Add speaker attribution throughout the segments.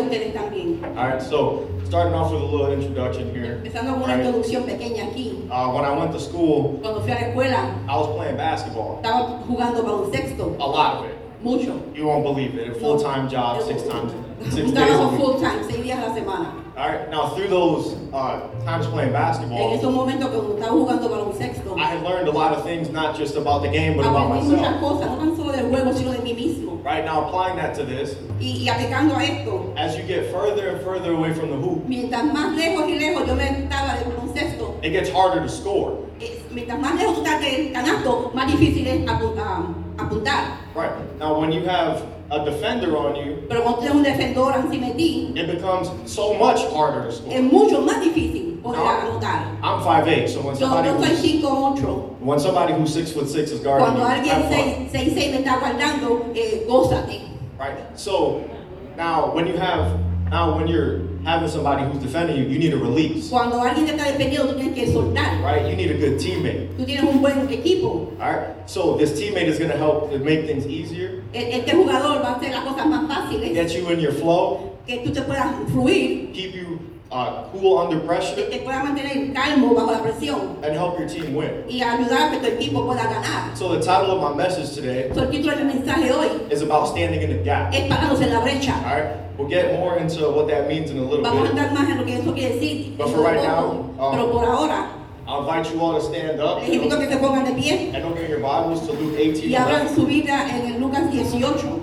Speaker 1: ustedes también.
Speaker 2: All right, so starting off with a little introduction here.
Speaker 1: Empezando con
Speaker 2: All
Speaker 1: una
Speaker 2: right.
Speaker 1: introducción pequeña aquí.
Speaker 2: Uh, when I went to school,
Speaker 1: Cuando fui a la escuela,
Speaker 2: I was playing basketball,
Speaker 1: estaba jugando baloncesto,
Speaker 2: a lot of it.
Speaker 1: mucho.
Speaker 2: You won't believe it. A full time job, six times, six
Speaker 1: Un
Speaker 2: days a
Speaker 1: trabajo
Speaker 2: week.
Speaker 1: full time, seis días a la semana.
Speaker 2: All right, now through those uh, times playing
Speaker 1: En
Speaker 2: basketball,
Speaker 1: esos momentos cuando estaba jugando baloncesto,
Speaker 2: I had learned a lot of things, not just about the game, but about
Speaker 1: aprendí muchas
Speaker 2: myself.
Speaker 1: cosas, no tan solo del juego, sino de mí mismo.
Speaker 2: Right now, applying that to this,
Speaker 1: Y, y aplicando a esto,
Speaker 2: as you get further and further away from the hoop,
Speaker 1: mientras más lejos y lejos yo me estaba del baloncesto,
Speaker 2: it gets harder to score.
Speaker 1: eh, mientras más lejos está del canasto, más difícil es apu- ah, apuntar.
Speaker 2: Right now, when you have a defender on you,
Speaker 1: Pero cuando tienes un defensor encima de ti,
Speaker 2: it becomes so much harder to
Speaker 1: es
Speaker 2: score.
Speaker 1: mucho más difícil poder
Speaker 2: No.
Speaker 1: anotar.
Speaker 2: I'm 5'8", so when
Speaker 1: Yo
Speaker 2: somebody
Speaker 1: no soy
Speaker 2: who's,
Speaker 1: 5'8".
Speaker 2: when somebody who's six foot six is guarding
Speaker 1: Cuando
Speaker 2: you,
Speaker 1: alguien
Speaker 2: have fun.
Speaker 1: 6'6 me está guardando, eh, gózate.
Speaker 2: Right. So now, when you have now when you're having somebody who's defending you, you need a release.
Speaker 1: Cuando alguien te está defendiendo, tú tienes que soltar.
Speaker 2: Right. You need a good teammate.
Speaker 1: Tú tienes un buen equipo.
Speaker 2: All right. So this teammate is going to help to make things easier,
Speaker 1: E- Este jugador va a hacer las cosas más fáciles.
Speaker 2: get you in your flow,
Speaker 1: Que tú te puedas fluir,
Speaker 2: keep you uh, cool under
Speaker 1: que
Speaker 2: pressure,
Speaker 1: te puedas mantener calmo bajo la presión
Speaker 2: and help your team win.
Speaker 1: y ayudar a que tu equipo pueda ganar.
Speaker 2: So the title of my message today
Speaker 1: So, el título del mensaje hoy
Speaker 2: is about standing in the gap.
Speaker 1: es parados en la
Speaker 2: All
Speaker 1: brecha.
Speaker 2: right. We'll get more into what that means in a little
Speaker 1: Vamos a
Speaker 2: bit.
Speaker 1: entrar más en lo que eso quiere decir.
Speaker 2: But for right now, um,
Speaker 1: Pero por ahora,
Speaker 2: I'll invite you all to stand up
Speaker 1: les invito a que se pongan de pie.
Speaker 2: and open your Bibles to Luke 18.
Speaker 1: y abran su vida en el Lucas 18.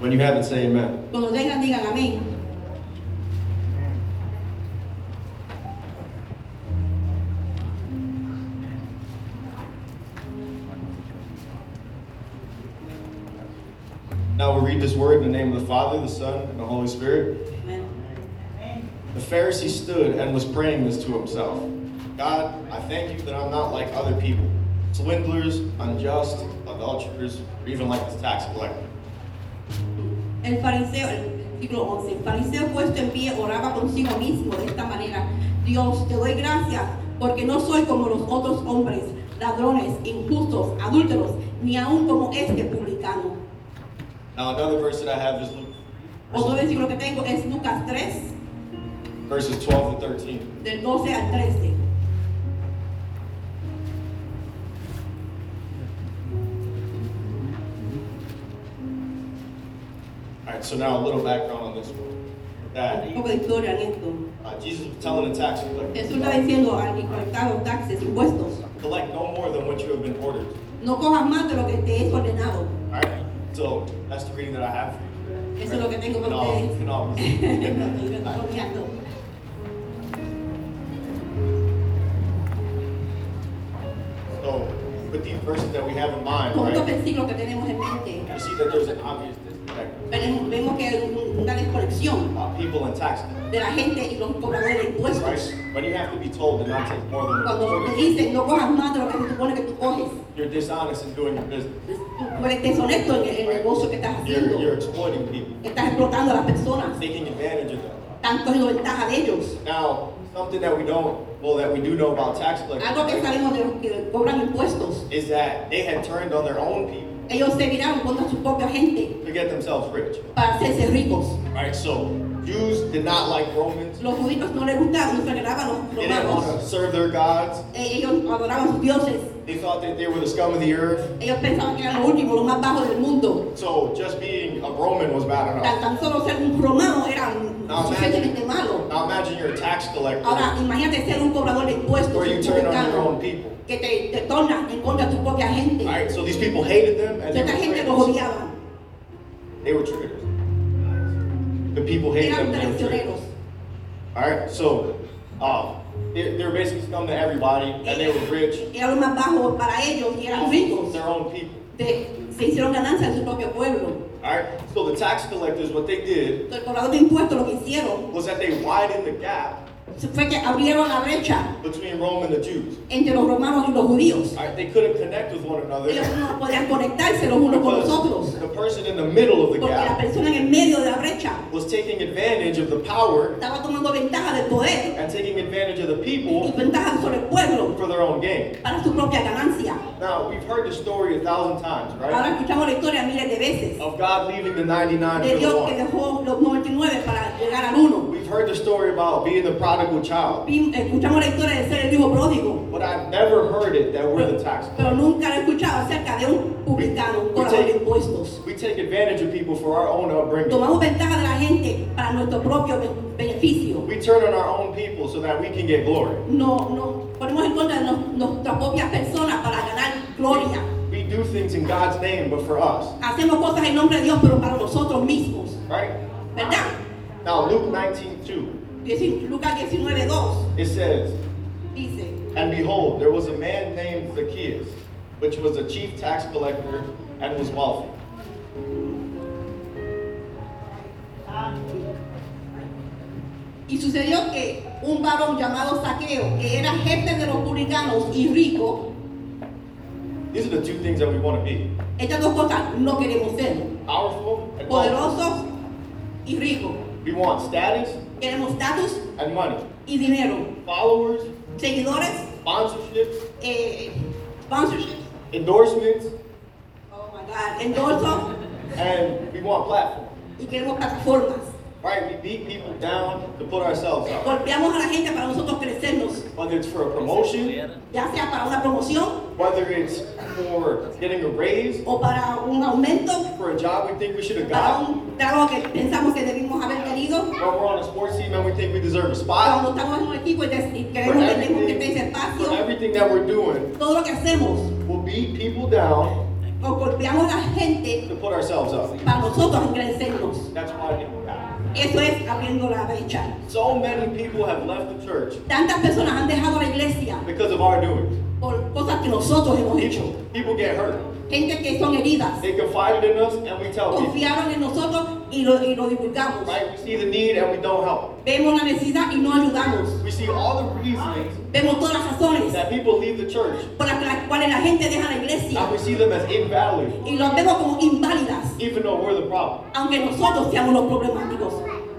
Speaker 2: When you have it, say Amen.
Speaker 1: Cuando tengan, digan amén.
Speaker 2: Now we read this word in the name of the Father, the Son, and the Holy Spirit.
Speaker 1: Amén.
Speaker 2: The Pharisee stood and was praying this to himself God, I thank you that I'm not like other people swindlers, unjust, adulterers, or even like this tax collector.
Speaker 1: El fariseo, el versículo 11, el fariseo puesto en pie oraba consigo mismo de esta manera. Dios, te doy gracias porque no soy como los otros hombres, ladrones, injustos, adúlteros, ni aún como este publicano.
Speaker 2: Now, another verse that I have is Luke,
Speaker 1: Otro
Speaker 2: verses,
Speaker 1: versículo que tengo es Lucas 3,
Speaker 2: verses 12 to 13.
Speaker 1: del 12 al 13.
Speaker 2: All right, so now a little background on this one.
Speaker 1: Un
Speaker 2: That
Speaker 1: poco de historia en esto.
Speaker 2: uh, Jesus was telling the tax
Speaker 1: Jesús está
Speaker 2: collector,
Speaker 1: diciendo al que colectaba los taxes, impuestos,
Speaker 2: collect no more than what you have been ordered.
Speaker 1: no cojas más de lo que te es ordenado.
Speaker 2: All right, so that's the reading that I have for you.
Speaker 1: Eso es lo que tengo para
Speaker 2: No,
Speaker 1: ustedes.
Speaker 2: no. So, with these verses that we have in mind,
Speaker 1: Con estos
Speaker 2: right,
Speaker 1: versículos que tenemos en mente,
Speaker 2: you see that there's an obvious disconnect
Speaker 1: veremos- vemos que hay un- una desconexión
Speaker 2: about people and tax collectors,
Speaker 1: de la gente y los cobradores de impuestos.
Speaker 2: right? When you have to be told to not take more than
Speaker 1: Cuando te dicen no cojas más de lo que se supone que tú coges,
Speaker 2: you're dishonest in doing your business.
Speaker 1: tú eres deshonesto en el- el negocio que estás
Speaker 2: You're,
Speaker 1: haciendo.
Speaker 2: you're exploiting people,
Speaker 1: Estás explotando a las personas,
Speaker 2: taking advantage of them.
Speaker 1: están cogiendo ventaja de ellos.
Speaker 2: Now, something that we don't, well, that we do know about tax
Speaker 1: Algo que
Speaker 2: collectors
Speaker 1: sabemos de los que cobran impuestos,
Speaker 2: is that they had turned on their own people
Speaker 1: ellos se viraron contra su propia gente
Speaker 2: to get themselves rich.
Speaker 1: para hacerse ricos.
Speaker 2: Right, so Jews did not like Romans.
Speaker 1: Los judíos no les gustaban, no se agradaban los
Speaker 2: They didn't want
Speaker 1: romanos.
Speaker 2: to serve their gods.
Speaker 1: Eh, Ellos adoraban sus dioses.
Speaker 2: They thought that they were the scum of the earth.
Speaker 1: Ellos pensaban que eran los últimos, los más bajos del mundo.
Speaker 2: So just being a Roman was
Speaker 1: Tan,
Speaker 2: bad enough.
Speaker 1: tan solo ser un romano era
Speaker 2: No,
Speaker 1: suficientemente malo.
Speaker 2: Now imagine you're a tax collector
Speaker 1: Ahora, imagínate ser un cobrador de impuestos,
Speaker 2: where you
Speaker 1: un
Speaker 2: turn on your
Speaker 1: publicano,
Speaker 2: own people.
Speaker 1: que te, te torna en contra de tu propia gente.
Speaker 2: Alright, so these people hated them and they
Speaker 1: Esta gente los
Speaker 2: were traitors.
Speaker 1: odiaba,
Speaker 2: They were traitors. The people hated
Speaker 1: eran
Speaker 2: them. They were traitors.
Speaker 1: traicioneros.
Speaker 2: Alright, so um, they, they were basically scum to everybody and they were rich.
Speaker 1: Era lo más bajo para ellos y eran ricos.
Speaker 2: Their own people.
Speaker 1: De- se hicieron ganancias en su propio pueblo.
Speaker 2: Alright, so the tax collectors, what they did
Speaker 1: Entonces, el cobrador de impuestos lo que hicieron
Speaker 2: was that they widened the gap
Speaker 1: fue que abrieron la brecha
Speaker 2: between Rome and the Jews.
Speaker 1: entre los romanos y los judíos.
Speaker 2: Alright, they couldn't connect with one another.
Speaker 1: Ellos no podían conectarse los unos con los
Speaker 2: Because
Speaker 1: otros.
Speaker 2: the person in the middle of the
Speaker 1: Porque la
Speaker 2: gap
Speaker 1: persona en el medio de la brecha
Speaker 2: was taking advantage of the power
Speaker 1: estaba tomando ventaja del poder
Speaker 2: and taking advantage of the
Speaker 1: y
Speaker 2: people
Speaker 1: ventaja sobre el pueblo
Speaker 2: for their own gain.
Speaker 1: para su propia ganancia.
Speaker 2: Now, we've heard the story a thousand times,
Speaker 1: Ahora
Speaker 2: right?
Speaker 1: escuchamos la historia miles de veces
Speaker 2: Of God leaving the 99
Speaker 1: de
Speaker 2: for the
Speaker 1: Dios que
Speaker 2: one.
Speaker 1: dejó los 99 para llegar al 1.
Speaker 2: We've heard the story about being the prodigal child,
Speaker 1: Escuchamos la historia de ser el hijo pródigo,
Speaker 2: but I've never heard it that we're the tax
Speaker 1: pero
Speaker 2: collector.
Speaker 1: nunca la he escuchado acerca de un publicano, un cobrador de impuestos.
Speaker 2: We take advantage of people for our own upbringing.
Speaker 1: Tomamos ventaja de la gente para nuestro propio be- beneficio.
Speaker 2: We turn on our own people so that we can get glory.
Speaker 1: No, no, ponemos en contra de nos- nuestras propias personas para ganar gloria.
Speaker 2: We do things in God's name, but for us,
Speaker 1: Hacemos cosas en nombre de Dios, pero para nosotros mismos,
Speaker 2: right?
Speaker 1: ¿verdad?
Speaker 2: Now, Luke 19 2,
Speaker 1: Dieci- Lucas 19, 2
Speaker 2: it says,
Speaker 1: dice,
Speaker 2: And behold, there was a man named Zacchaeus, which was a chief tax collector and was wealthy.
Speaker 1: Y sucedió que un varón llamado Saqueo, que era jefe de los publicanos y rico,
Speaker 2: These are the two things that we want to be
Speaker 1: estas dos cosas no queremos ser,
Speaker 2: powerful and wealthy.
Speaker 1: poderosos y ricos.
Speaker 2: We want status
Speaker 1: Queremos estatus
Speaker 2: and money,
Speaker 1: y dinero,
Speaker 2: followers,
Speaker 1: seguidores,
Speaker 2: sponsorships,
Speaker 1: eh, sponsorships,
Speaker 2: endorsements,
Speaker 1: oh my God, endorsos,
Speaker 2: and we want platform.
Speaker 1: y queremos plataformas.
Speaker 2: Right? We beat people down to put ourselves up.
Speaker 1: Golpeamos a la gente para nosotros crecernos,
Speaker 2: Whether it's for a promotion,
Speaker 1: ya sea para una promoción
Speaker 2: whether it's for getting a raise,
Speaker 1: o para un aumento,
Speaker 2: for a job we think we should have
Speaker 1: para
Speaker 2: gotten,
Speaker 1: un trabajo que pensamos que debimos haber tenido.
Speaker 2: or we're on a sports team and we think we deserve a
Speaker 1: Cuando
Speaker 2: spot.
Speaker 1: estamos en un equipo y des- y
Speaker 2: For
Speaker 1: queremos que tenemos que tener ese
Speaker 2: everything, for
Speaker 1: espacio,
Speaker 2: everything that we're doing,
Speaker 1: todo lo que hacemos,
Speaker 2: we'll beat people down
Speaker 1: o golpeamos a la gente
Speaker 2: to put ourselves up.
Speaker 1: para nosotros engrandecernos.
Speaker 2: That's why people die.
Speaker 1: Eso es abriendo la brecha.
Speaker 2: So many people have left the church
Speaker 1: Tantas personas han dejado la iglesia
Speaker 2: because of our doing.
Speaker 1: por cosas que nosotros hemos hecho.
Speaker 2: People, people get hurt.
Speaker 1: Gente que son heridas,
Speaker 2: They confided in us and we tell people.
Speaker 1: confiaron en nosotros y lo, y lo divulgamos.
Speaker 2: Right? We see the need and we don't help.
Speaker 1: Vemos la necesidad y no ayudamos.
Speaker 2: We see all the reasons
Speaker 1: Vemos todas las razones
Speaker 2: that people leave the church.
Speaker 1: por las- las cuales la gente deja la
Speaker 2: Now
Speaker 1: iglesia
Speaker 2: we see them as invalid,
Speaker 1: y los vemos como inválidas,
Speaker 2: even though we're the problem.
Speaker 1: aunque nosotros seamos los problemáticos.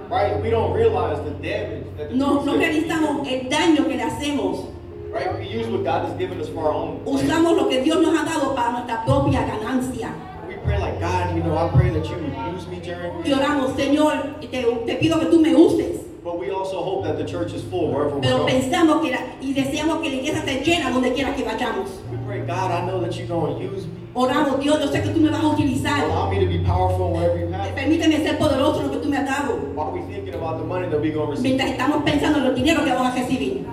Speaker 2: Right? We don't realize the damage that the
Speaker 1: No, no
Speaker 2: church did.
Speaker 1: realizamos el daño que le hacemos.
Speaker 2: Right? We use what God has given us for our own. plan.
Speaker 1: Usamos lo que Dios nos ha dado para nuestra propia ganancia.
Speaker 2: We pray like God, you know, I pray that you would use me during the week."
Speaker 1: Lloramos, Señor, te, te pido que tú me uses.
Speaker 2: But we also hope that the church is full wherever we
Speaker 1: Pero
Speaker 2: go.
Speaker 1: pensamos que la- y deseamos que la iglesia esté llena donde quiera que vayamos.
Speaker 2: We pray, God, I know that you're going to use me.
Speaker 1: Oramos, Dios, yo sé que tú me vas a utilizar.
Speaker 2: Allow me to be powerful wherever you have. me."
Speaker 1: Permíteme ser poderoso en lo que tú me has dado.
Speaker 2: While we thinking about the money that we're going to receive.
Speaker 1: Mientras estamos pensando en los dineros que vamos a recibir.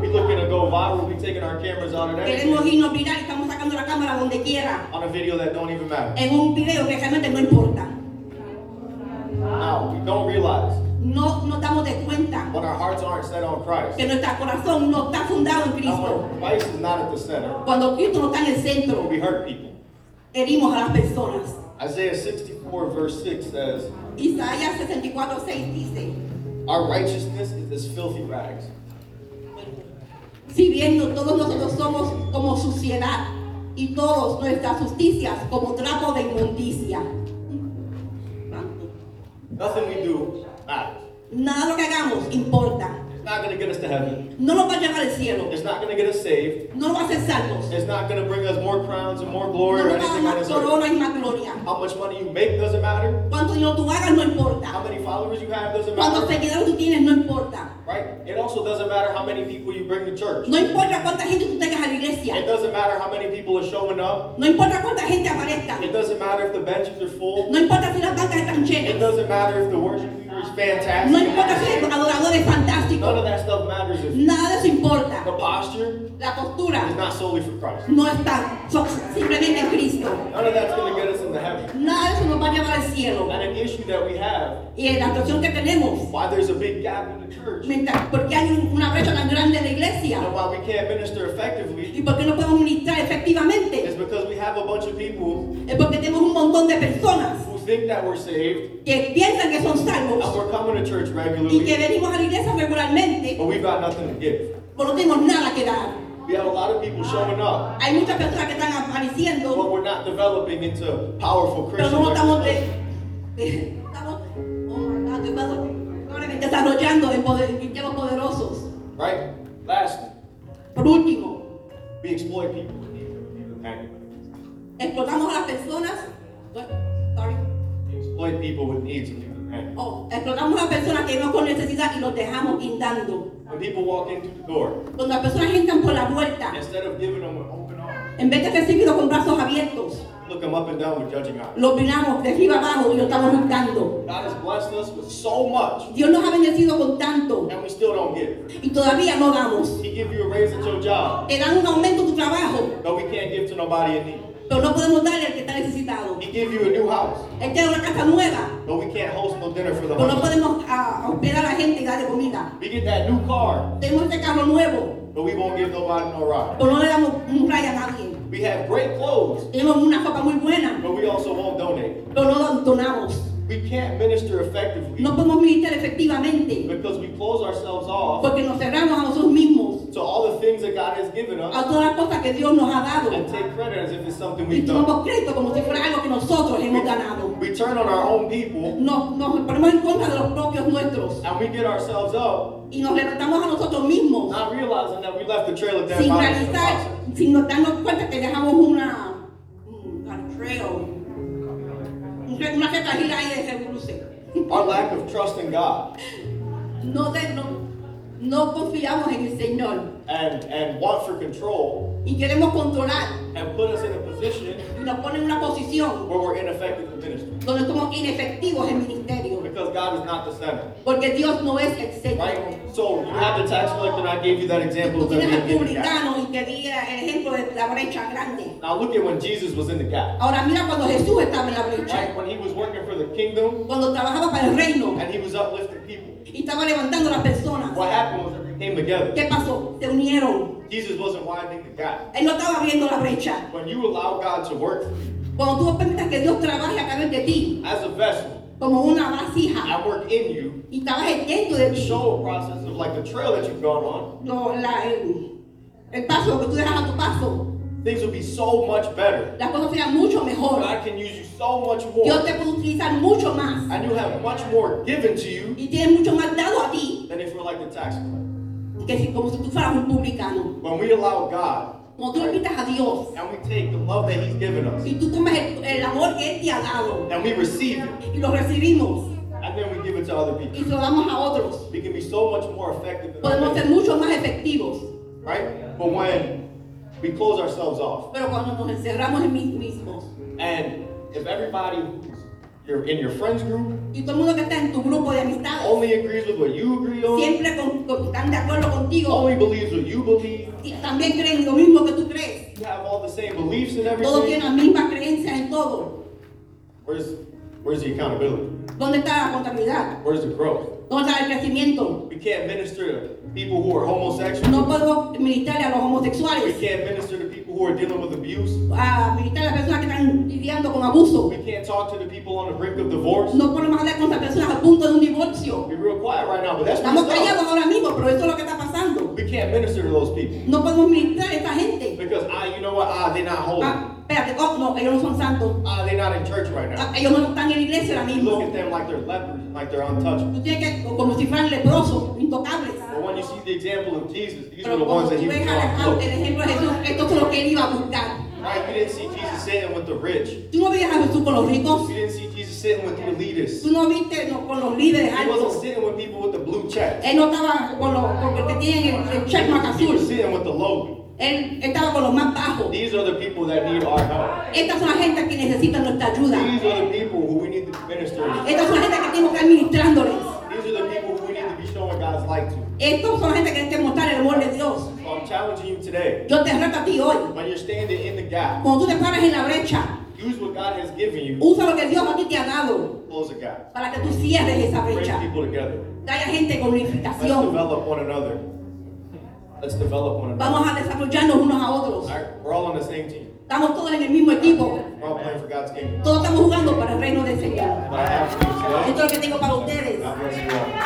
Speaker 2: We looking to go viral. We taking our cameras out and
Speaker 1: Queremos
Speaker 2: everything
Speaker 1: irnos viral, estamos sacando la cámara donde quiera.
Speaker 2: on a video that don't even matter.
Speaker 1: En un video que realmente no importa.
Speaker 2: Now we don't realize
Speaker 1: No nos damos de cuenta
Speaker 2: when our hearts aren't set on Christ.
Speaker 1: que nuestro corazón no está fundado en
Speaker 2: That's
Speaker 1: Cristo.
Speaker 2: when Christ is not at the center.
Speaker 1: Cuando Cristo no está en el centro,
Speaker 2: We hurt people.
Speaker 1: herimos a las personas.
Speaker 2: Isaiah 64 verse 6 says,
Speaker 1: Isaías 64, 6 dice,
Speaker 2: "Our righteousness is as filthy rags."
Speaker 1: si bien no- todos nosotros somos como suciedad y todos nuestras justicias como trapo de inmundicia.
Speaker 2: Nothing we do matters.
Speaker 1: Nada de lo que hagamos importa.
Speaker 2: It's not going to get us to heaven.
Speaker 1: No nos va a llevar al cielo.
Speaker 2: It's not going to get us saved.
Speaker 1: No nos va a hacer salvos.
Speaker 2: It's not going to bring us more crowns and more
Speaker 1: No
Speaker 2: glory or
Speaker 1: nos va a dar
Speaker 2: anything on
Speaker 1: más
Speaker 2: this earth.
Speaker 1: corona y más gloria.
Speaker 2: How much money you make doesn't matter.
Speaker 1: Cuánto dinero tú hagas no
Speaker 2: How
Speaker 1: importa.
Speaker 2: many followers you have doesn't
Speaker 1: Cuántos
Speaker 2: matter.
Speaker 1: seguidores tú tienes no importa.
Speaker 2: Right? It also doesn't matter how many people you bring to church.
Speaker 1: No importa cuánta gente tú tengas a la
Speaker 2: It
Speaker 1: iglesia.
Speaker 2: doesn't matter how many people are showing up.
Speaker 1: No importa cuánta gente aparezca.
Speaker 2: It doesn't matter if the benches are full.
Speaker 1: No importa si las bancas están
Speaker 2: It
Speaker 1: llenas.
Speaker 2: doesn't matter if the worship leader is
Speaker 1: No importa si el
Speaker 2: fantastic.
Speaker 1: adorador es
Speaker 2: None
Speaker 1: fantástico.
Speaker 2: of that stuff matters if
Speaker 1: Nada de eso importa.
Speaker 2: the posture
Speaker 1: La
Speaker 2: is
Speaker 1: postura
Speaker 2: not solely for Christ.
Speaker 1: no está so- simplemente en Cristo.
Speaker 2: None of that's going to get us into heaven.
Speaker 1: Nada de eso nos va a llevar al cielo.
Speaker 2: And an issue that we have,
Speaker 1: Y la actuación que tenemos,
Speaker 2: why there's a big gap in the church,
Speaker 1: mientras- porque hay un- una brecha tan grande en la
Speaker 2: and
Speaker 1: iglesia
Speaker 2: why we can't minister effectively,
Speaker 1: y porque no podemos ministrar
Speaker 2: is
Speaker 1: efectivamente,
Speaker 2: because we have a bunch of people
Speaker 1: es porque tenemos un montón de personas
Speaker 2: who think that we're saved
Speaker 1: que piensan que son
Speaker 2: and
Speaker 1: salvos
Speaker 2: we're coming to church
Speaker 1: y que
Speaker 2: regularly,
Speaker 1: venimos a la iglesia regularmente,
Speaker 2: but we've got nothing to give.
Speaker 1: pero no tenemos nada que dar.
Speaker 2: We have a lot of people showing up,
Speaker 1: Hay muchas personas que están apareciendo,
Speaker 2: but we're not developing into powerful
Speaker 1: pero
Speaker 2: Christians.
Speaker 1: no
Speaker 2: like
Speaker 1: estamos,
Speaker 2: we're supposed
Speaker 1: de- de- estamos oh my God, Dios mío, perdóname, desarrollando en poder- cristianos poderosos.
Speaker 2: to, Right? Lastly,
Speaker 1: Por último,
Speaker 2: we exploit people. We
Speaker 1: explotamos a las personas. what? Sorry.
Speaker 2: exploit people with needs and leave them hanging.
Speaker 1: Oh, explotamos a las personas que no con necesidad y los dejamos guindando.
Speaker 2: When people walk in through the door,
Speaker 1: Cuando las personas entran por la puerta,
Speaker 2: instead of giving them an open arm,
Speaker 1: en vez de recibirlos con brazos abiertos,
Speaker 2: look them up and down with judging eyes.
Speaker 1: los miramos de arriba abajo y los estamos juntando.
Speaker 2: God has blessed us with so much,
Speaker 1: Dios nos ha bendecido con tanto
Speaker 2: and we still don't give.
Speaker 1: y todavía no damos.
Speaker 2: He give you a raise at your job,
Speaker 1: Te dan un aumento en tu trabajo,
Speaker 2: but we can't give to nobody in need.
Speaker 1: pero no podemos darle al que está necesitado.
Speaker 2: He give you a new house,
Speaker 1: Él tiene una casa nueva,
Speaker 2: but we can't host no dinner for the
Speaker 1: pero no
Speaker 2: homeless.
Speaker 1: podemos ah, hospedar a la gente y darle comida.
Speaker 2: We get that new car,
Speaker 1: Tenemos este carro nuevo,
Speaker 2: but we won't give nobody no ride.
Speaker 1: pero no le damos un rayo a nadie.
Speaker 2: We have great clothes,
Speaker 1: Tenemos una ropa muy buena,
Speaker 2: but we also won't donate.
Speaker 1: pero no donamos.
Speaker 2: We can't minister effectively
Speaker 1: No podemos militar efectivamente
Speaker 2: because we close ourselves off
Speaker 1: porque nos cerramos a nosotros mismos,
Speaker 2: to all the things that God has given us
Speaker 1: a todas las cosas que Dios nos ha dado.
Speaker 2: and take credit as if it's something
Speaker 1: Y
Speaker 2: we've done.
Speaker 1: tomamos crédito como si fuera algo que nosotros hemos ganado.
Speaker 2: We turn on our own people
Speaker 1: Nos, nos ponemos en contra de los propios nuestros
Speaker 2: and we get ourselves up,
Speaker 1: y nos levantamos a nosotros mismos
Speaker 2: not realizing that we left the trail of dead
Speaker 1: sin
Speaker 2: bodies. in the
Speaker 1: realizar,
Speaker 2: process.
Speaker 1: sin nos darnos cuenta que dejamos una, una trail, un re- una retajila ahí de revolución.
Speaker 2: Our lack of trust in God
Speaker 1: No, de- no, no confiamos en el Señor
Speaker 2: and, and want for control
Speaker 1: y queremos controlar
Speaker 2: have put us in a position
Speaker 1: y nos pone en una posición
Speaker 2: where we're ineffective in ministry
Speaker 1: donde somos inefectivos en ministerio,
Speaker 2: because God is not the center.
Speaker 1: porque Dios no es el Señor.
Speaker 2: Right? So you have the tax collector, and I gave you that example
Speaker 1: Tú
Speaker 2: of them
Speaker 1: tienes al
Speaker 2: being in the gap.
Speaker 1: publicano y te di el ejemplo de la brecha grande.
Speaker 2: Now look at when Jesus was in the gap.
Speaker 1: Ahora mira cuando Jesús estaba en la brecha,
Speaker 2: Right? When he was working for the kingdom
Speaker 1: cuando trabajaba para el reino
Speaker 2: and he was uplifting people.
Speaker 1: y estaba levantando a las personas.
Speaker 2: What happened was that they came together.
Speaker 1: ¿Qué pasó? Se unieron.
Speaker 2: Jesus wasn't widening the gap.
Speaker 1: Él no estaba abriendo la brecha.
Speaker 2: When you allow God to work for you
Speaker 1: Cuando tú permitas que Dios trabaje a través de ti,
Speaker 2: as a vessel
Speaker 1: como una vasija,
Speaker 2: and work in you,
Speaker 1: y trabaje dentro de
Speaker 2: the
Speaker 1: ti,
Speaker 2: show process of like the trail that you've gone on,
Speaker 1: lo- la- el, el paso que tú dejas a tu paso,
Speaker 2: things will be so much better.
Speaker 1: las cosas sean mucho mejor.
Speaker 2: God can use you so much
Speaker 1: Dios
Speaker 2: more.
Speaker 1: te puede utilizar mucho más
Speaker 2: And you have much more given to you
Speaker 1: y tiene mucho más dado a ti
Speaker 2: than if you're like the tax collector.
Speaker 1: que si, como si tú fueras un publicano.
Speaker 2: When we allow God
Speaker 1: Cuando tú invitas a Dios
Speaker 2: and we take the love that He's given us
Speaker 1: y tú tomas el, el amor que Él te ha dado
Speaker 2: and we receive it
Speaker 1: y lo recibimos
Speaker 2: and then we give it to other people,
Speaker 1: y se lo damos a otros,
Speaker 2: we can be so much more effective in our
Speaker 1: podemos ser
Speaker 2: ministry,
Speaker 1: mucho más efectivos.
Speaker 2: right? But when we close ourselves off
Speaker 1: Pero cuando nos encerramos en mí mismos
Speaker 2: and if everybody who's you're in your friends group
Speaker 1: y todo el mundo que está en tu grupo de amistades
Speaker 2: only agrees with what you agree on,
Speaker 1: siempre con- con- están de acuerdo contigo
Speaker 2: only believes what you believe,
Speaker 1: y también creen lo mismo que tú crees,
Speaker 2: you have all the same beliefs and
Speaker 1: todos tienen
Speaker 2: everything,
Speaker 1: las mismas creencias en todo,
Speaker 2: where's where's the accountability?
Speaker 1: ¿dónde está la contabilidad?
Speaker 2: Where's the growth?
Speaker 1: ¿Dónde está el crecimiento?
Speaker 2: We can't minister to people who are homosexual.
Speaker 1: No podemos militar a los
Speaker 2: We
Speaker 1: homosexuales,
Speaker 2: can't minister to people who are dealing with abuse.
Speaker 1: a militar a las personas que están lidiando con abuso,
Speaker 2: We can't talk to the people on the brink of divorce.
Speaker 1: no podemos hablar con las personas a punto de un divorcio.
Speaker 2: We're real quiet right now, but that's
Speaker 1: Estamos
Speaker 2: what's
Speaker 1: callados
Speaker 2: up.
Speaker 1: ahora mismo, pero eso es lo que está pasando.
Speaker 2: We can't minister to those people
Speaker 1: No podemos ministrar a esta gente.
Speaker 2: because ah, you know what? Ah, they're not holy.
Speaker 1: Ah, espérate, oh, no, ellos no son santos.
Speaker 2: Ah, they're not in church right now.
Speaker 1: Ah, Ellos no están en la iglesia ahora
Speaker 2: You look at
Speaker 1: Ah, mismo.
Speaker 2: them like they're lepers, like they're untouchable.
Speaker 1: Tú tienes que, como si fueran leprosos, intocables.
Speaker 2: But when you see the example of Jesus, these were
Speaker 1: Pero
Speaker 2: the ones
Speaker 1: como
Speaker 2: that he
Speaker 1: tú
Speaker 2: was
Speaker 1: ves
Speaker 2: trying
Speaker 1: al-
Speaker 2: to
Speaker 1: al-
Speaker 2: look.
Speaker 1: el ejemplo de Jesús, esto es lo que él iba a buscar.
Speaker 2: Right? We didn't see Jesus sitting with the rich.
Speaker 1: Tú no veías a Jesús con los ricos.
Speaker 2: We didn't see Jesus sitting with the
Speaker 1: Tú
Speaker 2: elitists.
Speaker 1: no viste no, con los líderes
Speaker 2: He wasn't
Speaker 1: altos.
Speaker 2: sitting with people with the blue check.
Speaker 1: Él no estaba con los con los que tienen el, el checkmark
Speaker 2: He was
Speaker 1: azul.
Speaker 2: sitting with the lowly.
Speaker 1: Él estaba con los más bajos.
Speaker 2: These are the people that need our help.
Speaker 1: Estas son las gentes que necesitan nuestra ayuda.
Speaker 2: These are the people who we need to be ministering to.
Speaker 1: Estas son las gentes que tengo que estar ministrándoles.
Speaker 2: These are the people who we need to be showing God's light to.
Speaker 1: Estos son gente que tiene que mostrar el amor de Dios.
Speaker 2: So I'm challenging you today.
Speaker 1: Yo te reto a ti hoy.
Speaker 2: When you're standing in the gap,
Speaker 1: Cuando tú te paras en la brecha,
Speaker 2: use what God has given you.
Speaker 1: usa lo que Dios a ti te ha dado
Speaker 2: Close the gap.
Speaker 1: para que tú cierres esa
Speaker 2: Bring
Speaker 1: brecha.
Speaker 2: people together.
Speaker 1: Dale a gente con
Speaker 2: Let's
Speaker 1: unificación.
Speaker 2: develop one another. Let's develop one another.
Speaker 1: Vamos a desarrollarnos unos a
Speaker 2: All
Speaker 1: otros.
Speaker 2: right, we're all on the same team.
Speaker 1: Estamos todos en el mismo equipo.
Speaker 2: We're all playing for God's kingdom.
Speaker 1: Todos estamos jugando para el reino del Señor.
Speaker 2: But I have to do
Speaker 1: Esto
Speaker 2: today.
Speaker 1: es lo que tengo para ustedes.
Speaker 2: God bless you all.